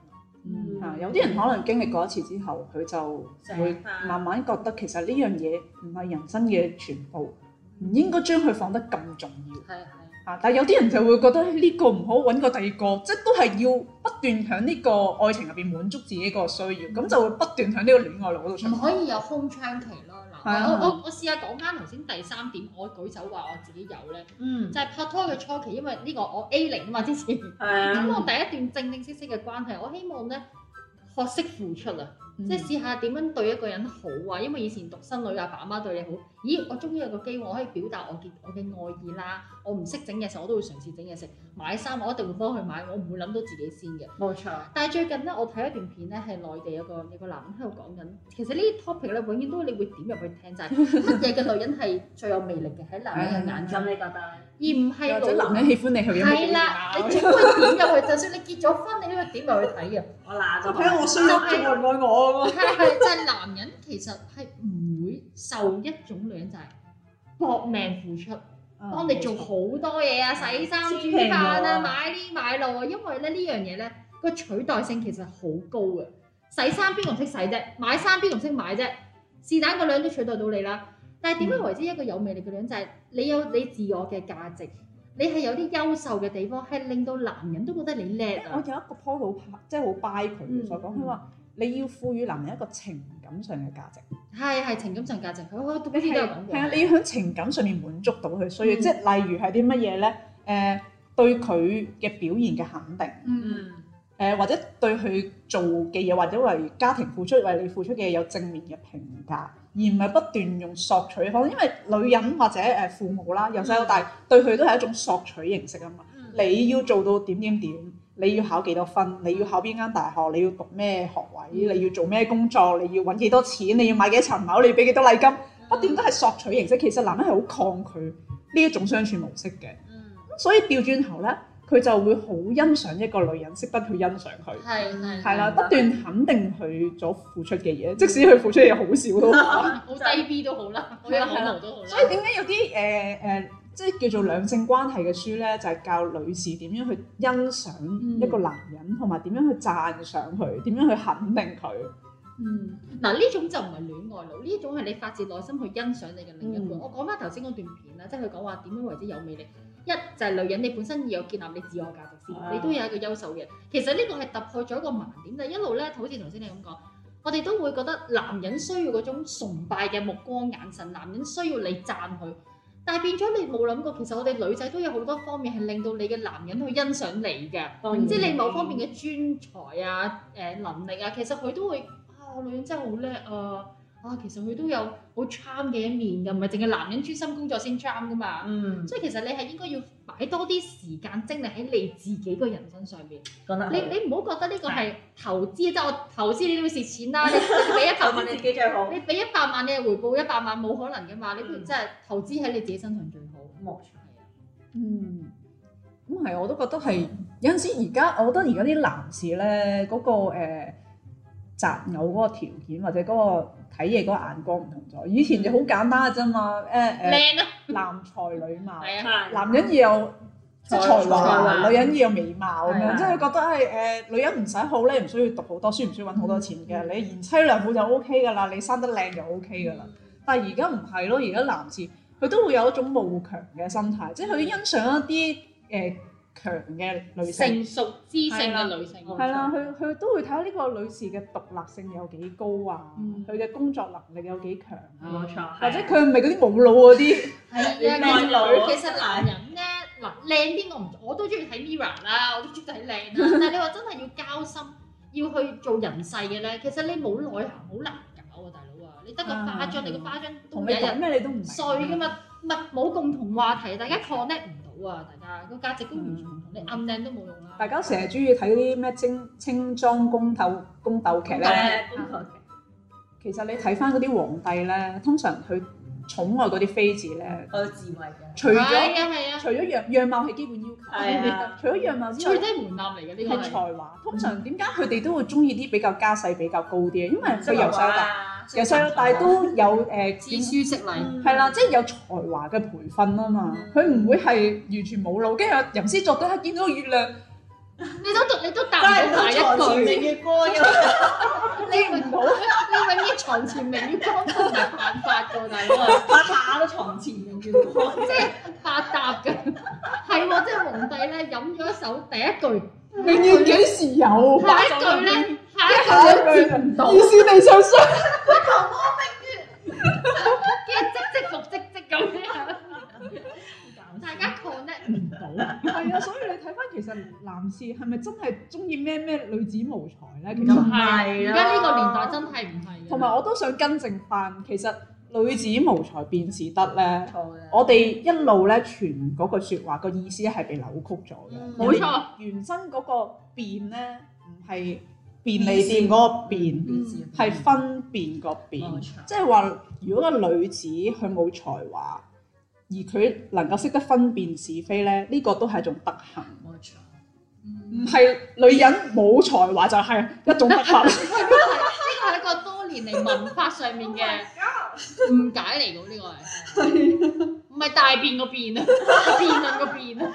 [SPEAKER 2] 嗯
[SPEAKER 3] 啊，有啲人可能經歷過一次之後，佢就會
[SPEAKER 2] 醒返
[SPEAKER 3] 慢慢覺得其實呢樣嘢唔係人生嘅全部，唔應該將佢放得咁重要
[SPEAKER 4] 係係。
[SPEAKER 3] 啊。但係有啲人就會覺得呢個唔好，揾個第二個，即係都係要不斷喺呢個愛情入邊滿足自己個需要，咁就會不斷喺呢個戀愛路嗰度上
[SPEAKER 4] 唔。可以有空窗期咯。
[SPEAKER 3] 係啊
[SPEAKER 4] 嗱，我我我試下講翻頭先第三點，我舉手話我自己有咧，
[SPEAKER 2] 嗯
[SPEAKER 4] 就係拍拖嘅初期，因為呢個我 A 零啊嘛之前，咁
[SPEAKER 2] 係
[SPEAKER 3] 嗯
[SPEAKER 2] 啊，
[SPEAKER 4] 我第一段正正式式嘅關係，我希望咧學識付出啊，
[SPEAKER 3] 嗯
[SPEAKER 4] 即係試下點樣對一個人好啊，因為以前獨生女阿啊爸阿媽對你好，咦，我終於有個機會我可以表達我嘅我嘅愛意啦，我唔識整嘢食，我都會嘗試整嘢食，買衫我一定會幫佢買，我唔會諗到自己先嘅。
[SPEAKER 2] 冇錯，
[SPEAKER 4] 但係最近咧，我睇一段片咧，係內地有個有個男人喺度講緊，其實呢啲 topic 咧，永遠都你會點入去聽 就係乜嘢嘅女人係最有魅力嘅喺男人嘅眼中，
[SPEAKER 2] 咁
[SPEAKER 4] 而
[SPEAKER 2] 你覺得？
[SPEAKER 4] 唔係
[SPEAKER 3] 嗯或者
[SPEAKER 4] 老
[SPEAKER 3] 男人喜歡你係因為
[SPEAKER 4] 係啦，你總會點入去，就算你結咗婚，你都會點入去 睇嘅。
[SPEAKER 2] 我嗱就
[SPEAKER 3] 就啊睇我衰
[SPEAKER 4] 就
[SPEAKER 3] 咗
[SPEAKER 4] 係
[SPEAKER 3] 愛唔愛我
[SPEAKER 4] 係係，就係男人其實係唔會受一種女人就係搏命付出。
[SPEAKER 3] 啊。
[SPEAKER 4] 幫你做好多嘢啊，洗衫、煮
[SPEAKER 2] 千祈唔
[SPEAKER 4] 飯
[SPEAKER 2] 好
[SPEAKER 4] 啊，
[SPEAKER 2] 啊
[SPEAKER 4] 買呢買路啊，因為咧呢樣嘢咧個取代性其實好高嘅。洗衫邊個唔識洗啫？買衫邊個唔識買啫？是但個兩都取代到你啦。但係點樣為之一個有魅力嘅女人就係、你有你自我嘅價值，你係有啲優秀嘅地方，係令到男人都覺得你叻
[SPEAKER 3] 我有
[SPEAKER 4] 啊嗯
[SPEAKER 3] 一。個 p o 好即係好 buy 佢嘅所講，佢話你要賦予男人一個情感上嘅價值。
[SPEAKER 4] 係係情感上價值，佢佢都
[SPEAKER 3] 你
[SPEAKER 4] 好似都有
[SPEAKER 3] 係
[SPEAKER 4] 講過。
[SPEAKER 3] 係啊，你要喺情感上面滿足到佢需要，
[SPEAKER 4] 嗯
[SPEAKER 3] 即係例如係啲乜嘢咧？誒、對佢嘅表現嘅肯定，誒、
[SPEAKER 4] 嗯
[SPEAKER 3] 呃或者對佢做嘅嘢，或者為家庭付出、為你付出嘅嘢有正面嘅評價，而唔係不斷用索取嘅方式。因為女人或者誒父母啦，由細到大對佢都係一種索取形式啊嘛。
[SPEAKER 2] 嗯
[SPEAKER 3] 你要做到點點點，你要考幾多分，你要考邊間大學，你要讀咩學位，你要做咩工作，你要揾幾多錢，你要買幾多層樓，你要俾幾多禮金。不斷都係索取形式，其實男人係好抗拒呢一種相處模式嘅，
[SPEAKER 2] 嗯
[SPEAKER 3] 咁所以調轉頭咧，佢就會好欣賞一個女人，識得去欣賞佢，
[SPEAKER 4] 係係
[SPEAKER 3] 係啦，
[SPEAKER 2] 明白
[SPEAKER 3] 不斷肯定佢所付出嘅嘢，即使佢付出嘅嘢好少都 好。
[SPEAKER 4] 好低 B 都好啦，好有可能都好啦。
[SPEAKER 3] 所以點解有啲誒誒，即係叫做兩性關係嘅書咧，就係、教女士點樣去欣賞一個
[SPEAKER 4] 嗯
[SPEAKER 3] 男人，同埋點樣去讚賞佢，點樣去肯定佢。
[SPEAKER 4] 嗯，嗱呢種就唔係戀愛腦，呢種係你發自內心去欣賞你嘅另一半。
[SPEAKER 3] 嗯
[SPEAKER 4] 我講翻頭先嗰段片啦，即係佢講話點樣為之有魅力。一就係女人，你本身要有建立你自我價值先，
[SPEAKER 2] 啊
[SPEAKER 4] 你都有一個優秀嘅。其實呢個係突破咗一個盲點，就係一路咧，好似頭先你咁講，我哋都會覺得男人需要嗰種崇拜嘅目光眼神，男人需要你讚佢。但係變咗你冇諗過，其實我哋女仔都有好多方面係令到你嘅男人去欣賞你嘅。
[SPEAKER 2] 當
[SPEAKER 3] 嗯
[SPEAKER 2] 然
[SPEAKER 4] 即係你某方面嘅專才啊、誒、能力啊，其實佢都會啊，我女人真係好叻啊！啊，其實佢都有好 charm 嘅一面㗎，唔係淨係男人專心工作先 charm 㗎嘛。
[SPEAKER 2] 嗯
[SPEAKER 4] 所以其實你係應該要擺多啲時間精力喺你自己個人身上面。
[SPEAKER 2] 講得好
[SPEAKER 4] 你你唔好覺得呢個係投資，即係我投資你都要蝕錢啦。你你俾一百萬
[SPEAKER 2] 自
[SPEAKER 4] 你，
[SPEAKER 2] 己最好，
[SPEAKER 4] 你俾一百萬你係回報一百萬冇可能㗎嘛。你不如真係投資喺你自己身上最好。
[SPEAKER 2] 冇
[SPEAKER 4] 啊
[SPEAKER 3] 嗯，咁係，我都覺得係有陣時而家，我覺得而家啲男士咧嗰、個誒、呃、擇偶嗰個條件或者嗰個睇嘢嗰個眼光唔同咗。以前就好簡單嘅啫嘛，誒、誒、
[SPEAKER 4] 靚啊，
[SPEAKER 3] 男才女貌，
[SPEAKER 4] 係啊，
[SPEAKER 2] 錯，
[SPEAKER 3] 男人要有即係才
[SPEAKER 2] 才
[SPEAKER 3] 華，
[SPEAKER 2] 華
[SPEAKER 3] 女人要有美貌咁
[SPEAKER 2] 係
[SPEAKER 3] 樣，
[SPEAKER 2] 啊
[SPEAKER 3] 即係覺得係誒女人唔使好咧，唔需要讀好多書，唔需要揾好多錢嘅，你賢妻良母就 O K 㗎啦，你生得靚就 O K 㗎啦。但係而家唔係咯，而家男士佢都會有一種慕強嘅心態，即係佢欣賞一啲誒強嘅女性，
[SPEAKER 4] 成熟知性嘅女性。
[SPEAKER 3] 係啦，佢佢都會睇下呢個女士嘅獨立性有幾高啊
[SPEAKER 4] 嗯，
[SPEAKER 3] 佢嘅工作能力有幾強啊，
[SPEAKER 2] 冇錯，
[SPEAKER 3] 或者佢係咪嗰啲冇腦嗰啲？
[SPEAKER 4] 係啊，
[SPEAKER 2] 你
[SPEAKER 4] 其
[SPEAKER 2] 內
[SPEAKER 4] 實
[SPEAKER 2] 疚
[SPEAKER 4] 其實男人咧，嗱靚啲我唔，我都中意睇 Mirror 啦，我都中意睇靚啦。但係你話真係要交心，要去做人世嘅咧，其實你冇內涵好難搞啊，大佬啊！你得個花樽，你個花樽都
[SPEAKER 3] 同
[SPEAKER 4] 有
[SPEAKER 3] 你
[SPEAKER 4] 人
[SPEAKER 3] 講咩你都唔明啊
[SPEAKER 4] 碎噶嘛，唔係冇共同話題，大家 connect 唔到啊！大家個價值觀完全唔同，你暗靚都冇用啦。
[SPEAKER 3] 大家成日中意睇啲咩清清裝宮鬥宮鬥
[SPEAKER 2] 啊
[SPEAKER 3] 劇咧，
[SPEAKER 2] 誒工作
[SPEAKER 3] 其實你睇翻嗰啲皇帝咧，通常佢寵愛嗰啲妃子咧，
[SPEAKER 2] 我有智慧嘅，
[SPEAKER 3] 除咗
[SPEAKER 4] 係啊係啊，
[SPEAKER 3] 除咗樣樣貌係基本要求，
[SPEAKER 2] 係啊
[SPEAKER 3] 除咗樣貌之外
[SPEAKER 4] 最，低門檻嚟嘅呢個
[SPEAKER 3] 係
[SPEAKER 4] 係。
[SPEAKER 3] 才華。通常點解佢哋都會中意啲比較家世比較高啲嘅？因為佢由細到大，
[SPEAKER 2] 大
[SPEAKER 3] 由細到大都有誒
[SPEAKER 4] 知書識禮，
[SPEAKER 3] 係啦，即係有才華嘅培訓啊嘛。佢唔會係完全冇腦，跟住吟詩作對，一見到個月亮。
[SPEAKER 4] 你都讀你都
[SPEAKER 2] 真
[SPEAKER 4] 答唔
[SPEAKER 2] 係到
[SPEAKER 4] 到下
[SPEAKER 2] 床
[SPEAKER 4] 一
[SPEAKER 2] 前明
[SPEAKER 4] 句。
[SPEAKER 2] 月光咁，
[SPEAKER 4] 你唔好，你永遠床前明月光都唔係犯法㗎，大佬啊，
[SPEAKER 2] 拍下都床前明月光，
[SPEAKER 4] 即係百搭嘅。係喎，即係皇帝咧飲咗一首第一句，
[SPEAKER 3] 永遠幾時有？
[SPEAKER 4] 下一句咧，下
[SPEAKER 3] 下
[SPEAKER 4] 一
[SPEAKER 3] 一
[SPEAKER 4] 句
[SPEAKER 3] 句
[SPEAKER 4] 都接唔到，
[SPEAKER 3] 意
[SPEAKER 4] 跟住
[SPEAKER 3] 思你想衰？
[SPEAKER 4] 即即復即即咁樣，大家 connect 唔到。
[SPEAKER 3] 係啊，所以你睇翻其實男士係咪真係中意咩咩女子無才咧？其
[SPEAKER 2] 咁
[SPEAKER 3] 實
[SPEAKER 2] 係啦
[SPEAKER 4] 而家呢個年代真係唔啊係嘅。
[SPEAKER 3] 同埋我都想更正翻，其實女子無才便是德咧。
[SPEAKER 2] 錯嘅，
[SPEAKER 3] 我哋一路咧傳嗰句説話個意思係被扭曲咗嘅
[SPEAKER 2] 嗯，
[SPEAKER 4] 冇錯，
[SPEAKER 3] 原生嗰個變咧唔係便利店嗰個變，
[SPEAKER 2] 電視
[SPEAKER 3] 係分辨個變。
[SPEAKER 2] 嗯冇錯
[SPEAKER 3] 即係話，如果個女子佢冇才華，而佢能夠識得分辨是非咧，呢、個都係一種德行。
[SPEAKER 2] 冇錯，
[SPEAKER 3] 唔係女人冇才華就係一種德行。
[SPEAKER 4] 呢個係呢個係一個多年嚟文化上面嘅誤解嚟嘅，呢個係啊唔係大便個便啊？ 辯論個辯 啊？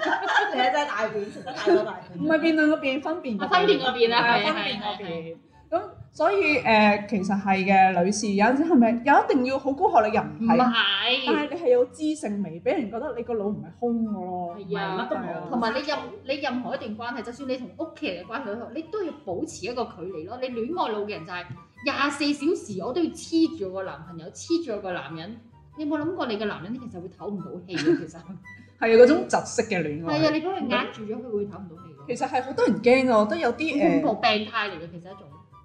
[SPEAKER 2] 你真係大便食得太多大便，
[SPEAKER 3] 唔係辯論個辯，分辨
[SPEAKER 4] 啊
[SPEAKER 3] 個
[SPEAKER 4] 分辨個辯啊，係
[SPEAKER 3] 係
[SPEAKER 4] 係
[SPEAKER 3] 分辨
[SPEAKER 4] 係
[SPEAKER 3] 個
[SPEAKER 4] 係。
[SPEAKER 3] 辯。咁所以誒、呃其實係嘅，女士有陣時係咪有一定要好高學歷又唔
[SPEAKER 4] 唔
[SPEAKER 3] 係？啊但
[SPEAKER 4] 係，
[SPEAKER 3] 係你係有知性味，俾人覺得你個腦唔係空嘅咯。
[SPEAKER 4] 係啊
[SPEAKER 2] 乜都冇
[SPEAKER 3] 係啊
[SPEAKER 4] 同埋你任你任何一段關係，就算你同屋企人嘅關係都好，你都要保持一個距離咯。你戀愛腦嘅人就係廿四小時我都要黐住我個男朋友，黐住我個男人。你有冇諗過你個男人其實會唞唔到氣 嘅？其實
[SPEAKER 3] 係啊，嗰種窒息嘅戀
[SPEAKER 4] 係啊，
[SPEAKER 3] 愛。
[SPEAKER 4] 你俾佢壓住咗，佢會唞唔到氣咯。
[SPEAKER 3] 其實係好多人驚啊嘅，我覺得有啲誒
[SPEAKER 4] 恐。怖病態嚟嘅，其實一種。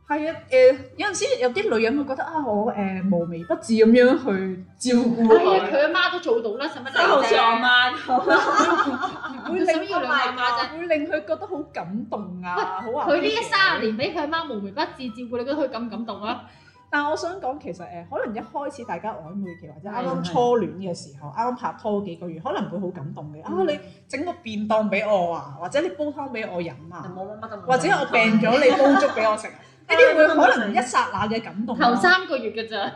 [SPEAKER 3] 係啊，誒、有陣時有啲女人會覺得啊，我誒、無微不至咁樣去照顧
[SPEAKER 4] 係啊，
[SPEAKER 3] 佢，
[SPEAKER 4] 佢阿媽都做到啦，使乜
[SPEAKER 2] 即係好似我
[SPEAKER 4] 啫？
[SPEAKER 2] 媽咁，
[SPEAKER 3] 會
[SPEAKER 4] 佢
[SPEAKER 3] 令
[SPEAKER 4] 使乜要兩阿媽啫？
[SPEAKER 3] 會令佢覺得好感動啊，好
[SPEAKER 4] 佢呢一三十
[SPEAKER 3] 年，
[SPEAKER 4] 年俾佢阿媽無微不至照顧，你覺得佢感唔感動啊？
[SPEAKER 3] 但我想講其實誒、可能一開始大家曖昧期或者啱
[SPEAKER 4] 係
[SPEAKER 3] 啱
[SPEAKER 4] 係
[SPEAKER 3] 初戀嘅時候，啱啱拍拖幾個月，可能會好感動嘅。
[SPEAKER 4] 嗯
[SPEAKER 3] 啊，你整個便當俾我啊，或者你煲湯俾我飲
[SPEAKER 4] 嗯
[SPEAKER 3] 啊，
[SPEAKER 2] 冇乜乜都冇。
[SPEAKER 3] 或者我病咗你煲粥俾我 食啊，呢啲會可能一剎那嘅感動啊。
[SPEAKER 4] 頭三個月 嘅咋，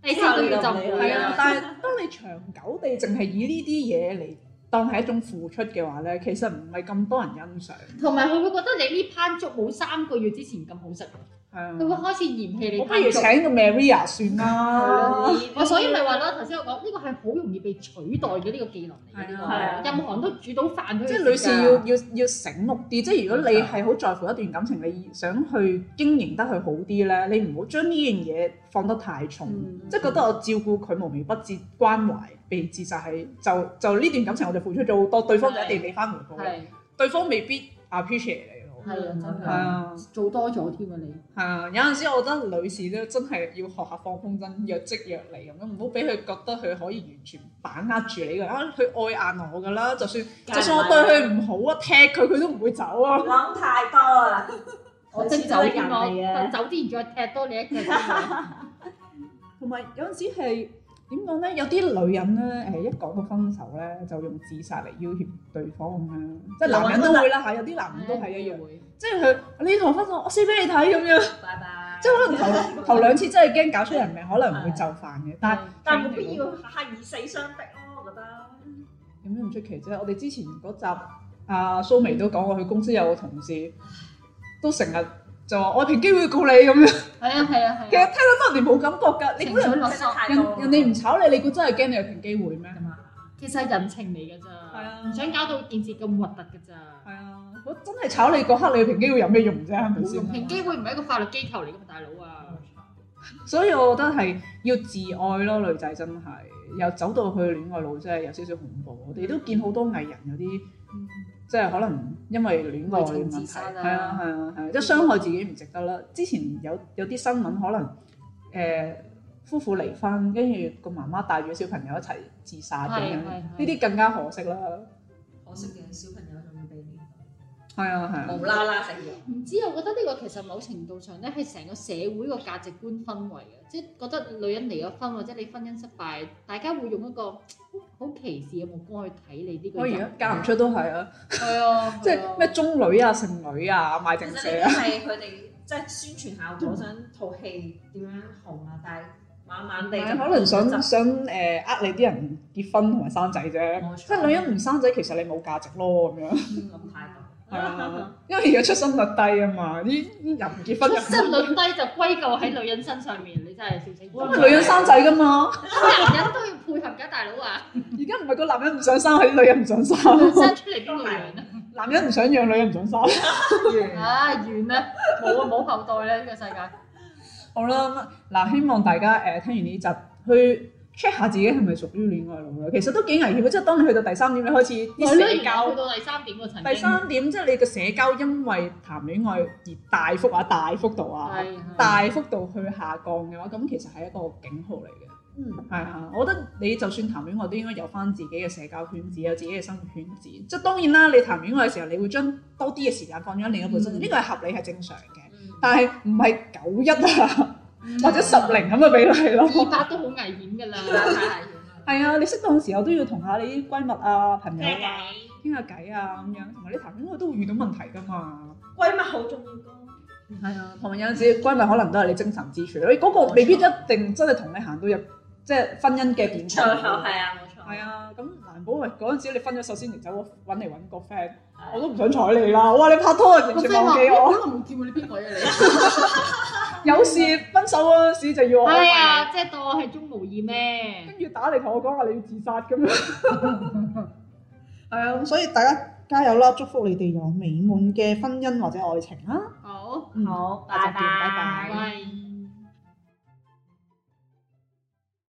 [SPEAKER 4] 第四個月就唔會
[SPEAKER 3] 係
[SPEAKER 4] 啦
[SPEAKER 3] 啊，。但係當你長久地淨係以呢啲嘢嚟當係一種付出嘅話咧，其實唔係咁多人欣賞。
[SPEAKER 4] 同埋佢會覺得你呢班粥冇三個月之前咁好食，佢會
[SPEAKER 3] 係啊，
[SPEAKER 4] 開始嫌棄你
[SPEAKER 3] 我不如
[SPEAKER 4] 班粥。
[SPEAKER 3] 請個 Maria 算啦。
[SPEAKER 4] 我所以咪話咯，頭先我講呢個係好容易被取代嘅呢個技能嚟嘅，呢
[SPEAKER 2] 係啊
[SPEAKER 4] 個任何人都煮到飯都要
[SPEAKER 3] 即
[SPEAKER 4] 食
[SPEAKER 3] 係
[SPEAKER 4] 㗎
[SPEAKER 3] 女士要要要醒目啲，即係如果你係好在乎一段感情，你想去經營得佢好啲咧，你唔好將呢樣嘢放得太重，
[SPEAKER 4] 嗯
[SPEAKER 3] 即係覺得我照顧佢無微不至關懷，被自就係就就呢段感情我哋付出咗好多，對方就一定俾翻回報，
[SPEAKER 4] 係
[SPEAKER 3] 對方未必 appreciate 你咯。
[SPEAKER 4] 係啊，真
[SPEAKER 3] 係
[SPEAKER 4] 係
[SPEAKER 3] 啊。
[SPEAKER 4] 做多咗添啊你。
[SPEAKER 3] 係啊，有陣時我覺得女士咧真係要學下放風箏，若即若離咁樣，唔好俾佢覺得佢可以完全把握住你㗎。啊，佢愛硬我㗎啦，就算
[SPEAKER 2] 梗係
[SPEAKER 3] 就算我對佢唔好啊，踢佢佢都唔會走啊。
[SPEAKER 2] 諗太多啦，
[SPEAKER 4] 我
[SPEAKER 2] 始
[SPEAKER 4] 真
[SPEAKER 2] 終
[SPEAKER 4] 走
[SPEAKER 2] 都係
[SPEAKER 4] 添
[SPEAKER 2] 人
[SPEAKER 4] 我，
[SPEAKER 2] 嚟嘅。
[SPEAKER 4] 走之前再踢多你一腳添啊。
[SPEAKER 3] 同埋有陣時係點講咧？有啲女人咧誒，一講到分手咧，就用自殺嚟要挾對方咁樣，即係男人都會啦嚇，有啲男 人都係一樣，
[SPEAKER 4] 會。
[SPEAKER 3] 即係佢你同我分手，我死俾你睇咁樣，
[SPEAKER 2] 拜拜
[SPEAKER 3] 即係可能頭頭兩次真係驚搞出人命，可能會就範嘅，但係
[SPEAKER 2] 但係冇必要下以死相逼咯，我覺得。
[SPEAKER 3] 有咩唔出奇啫？我哋之前嗰集阿、啊蘇眉都講過，佢公司有個同事都成日就話我平機會告你咁 樣。
[SPEAKER 4] 係啊係啊
[SPEAKER 3] 其
[SPEAKER 4] 係
[SPEAKER 3] 實
[SPEAKER 4] 啊。
[SPEAKER 3] 聽到當年冇感覺㗎，你
[SPEAKER 4] 情
[SPEAKER 3] 估人
[SPEAKER 4] 緒勒
[SPEAKER 2] 真
[SPEAKER 4] 索
[SPEAKER 2] 係太
[SPEAKER 3] 人
[SPEAKER 2] 多。
[SPEAKER 3] 啊人哋唔炒你，你估真係驚你有平機會咩？
[SPEAKER 2] 咁啊
[SPEAKER 4] 其實係人情嚟㗎
[SPEAKER 3] 係
[SPEAKER 4] 咋，
[SPEAKER 3] 啊
[SPEAKER 4] 唔想搞到件事咁核突㗎咋。
[SPEAKER 3] 係啊，我真係炒你嗰刻，你平機會有咩用啫？係咪
[SPEAKER 4] 冇用，平
[SPEAKER 3] 先？啊
[SPEAKER 4] 機會唔係一個法律機構嚟㗎嘛，大佬啊！
[SPEAKER 3] 所以我覺得係要自愛咯，女仔真係又走到去戀愛路，真係有少少恐怖。我哋都見好多藝人有啲。
[SPEAKER 4] 嗯
[SPEAKER 3] 即係可能因為戀愛
[SPEAKER 4] 為
[SPEAKER 3] 嘅問
[SPEAKER 4] 情自
[SPEAKER 3] 題，
[SPEAKER 4] 殺
[SPEAKER 3] 係
[SPEAKER 4] 啊
[SPEAKER 3] 啊係啊係啊，即係傷害自己唔值得啦。之前有有啲新聞可能誒、呃夫婦離婚，跟住個媽媽帶住小朋友一齊自殺咁樣，
[SPEAKER 4] 係係係
[SPEAKER 3] 呢啲更加可惜啦。
[SPEAKER 2] 可惜嘅小朋友仲要俾
[SPEAKER 3] 係啊係啊，
[SPEAKER 2] 無啦啦食咗。
[SPEAKER 4] 唔知，我覺得呢個其實某程度上咧係成個社會個價值觀氛圍嘅，即係覺得女人離咗婚或者你婚姻失敗，大家會用一個好好歧視嘅目光去睇你呢
[SPEAKER 3] 我
[SPEAKER 4] 個
[SPEAKER 3] 而
[SPEAKER 4] 人。
[SPEAKER 3] 家嫁啊唔出都係啊，
[SPEAKER 4] 係啊，
[SPEAKER 3] 即係咩中女啊、剩女啊、賣
[SPEAKER 2] 其
[SPEAKER 3] 剩
[SPEAKER 2] 實
[SPEAKER 3] 社
[SPEAKER 2] 呢
[SPEAKER 3] 啊，
[SPEAKER 2] 啲係佢哋即係宣傳效果，想套戲點樣紅啊，但係慢慢地就
[SPEAKER 3] 啊可能想想誒呃你啲人結婚同埋生仔
[SPEAKER 4] 嗯
[SPEAKER 3] 啫。
[SPEAKER 2] 冇錯
[SPEAKER 3] 即係 女人唔生仔，其實你冇價值咯
[SPEAKER 2] 嗯
[SPEAKER 3] 咁樣，
[SPEAKER 2] 諗太
[SPEAKER 3] 係啊
[SPEAKER 2] 多。，
[SPEAKER 3] 因為而家出生率低啊嘛，啲啲人唔結婚
[SPEAKER 4] 出
[SPEAKER 3] 又唔
[SPEAKER 4] 生率低就歸咎喺女人身上面，你真係笑死
[SPEAKER 2] 哇
[SPEAKER 3] 因為女人生仔噶嘛，
[SPEAKER 4] 男人都要配合㗎，大佬啊！
[SPEAKER 3] 而家唔係個男人唔想生，係啲女人唔想生。
[SPEAKER 4] 生出嚟邊個養
[SPEAKER 3] 男人唔想養，女人唔想生。
[SPEAKER 4] 啊？啊，完啦，冇冇後代啦呢個世界。
[SPEAKER 3] 好啦，咁嗱，希望大家誒、呃、聽完呢集去 check 下自己係咪屬於戀愛腦啦。其實都幾危險嘅，即係當你去到第三點，你開始
[SPEAKER 4] 係咯，
[SPEAKER 3] 啲社
[SPEAKER 4] 原來去
[SPEAKER 3] 交。
[SPEAKER 4] 到第三點喎，曾經。
[SPEAKER 3] 第三點即係你嘅社交，因為談戀愛而大幅啊、大幅度啊、
[SPEAKER 4] 係係
[SPEAKER 3] 大幅度去下降嘅話，咁其實係一個警號嚟嘅。
[SPEAKER 2] 嗯，
[SPEAKER 3] 係啊，我覺得你就算談戀愛都應該有翻自己嘅社交圈子，有自己嘅生活圈子。即係當然啦，你談戀愛嘅時候，你會將多啲嘅時間放咗喺另一半身上，
[SPEAKER 4] 嗯
[SPEAKER 3] 呢個係合理係正常嘅。
[SPEAKER 2] 嗯
[SPEAKER 3] 但係唔係九一啊，或者十零咁嘅比例 咯。
[SPEAKER 4] 二百都好危險㗎
[SPEAKER 2] 太危
[SPEAKER 4] 啦。
[SPEAKER 2] 險啦。
[SPEAKER 3] 係啊，你適當時候都要同下你啲閨蜜啊、朋友
[SPEAKER 2] 聽
[SPEAKER 3] 啊
[SPEAKER 2] 你
[SPEAKER 3] 傾下偈啊咁樣，同埋你談戀愛都會遇到問題㗎嘛。
[SPEAKER 2] 閨蜜好重要㗎。
[SPEAKER 3] 係啊，同埋有陣時閨蜜可能都係你精神支柱，你嗰個未必一定真係同你行到入即係婚姻嘅殿
[SPEAKER 2] 錯
[SPEAKER 3] 堂。
[SPEAKER 2] 係啊，冇錯。
[SPEAKER 3] 係啊，咁難保喂嗰陣時你分咗手先嚟走，揾嚟揾個 friend，我都唔想睬你啦。哇！你拍拖啊，完
[SPEAKER 4] 我
[SPEAKER 3] 全
[SPEAKER 4] friend 話
[SPEAKER 3] 忘記
[SPEAKER 4] 我
[SPEAKER 3] 我。
[SPEAKER 4] 好耐冇見過你邊位啊你？
[SPEAKER 3] 有事分手嗰陣時就要我安慰
[SPEAKER 4] 係啊，即係當我係鍾無意咩？
[SPEAKER 3] 跟住打嚟同我講話你要自殺咁樣。 係啊，咁所以大家加油啦！祝福你哋有美滿嘅婚姻或者愛情啦。
[SPEAKER 4] 好，
[SPEAKER 3] 嗯
[SPEAKER 2] 好，
[SPEAKER 3] 下集見拜拜
[SPEAKER 4] 拜。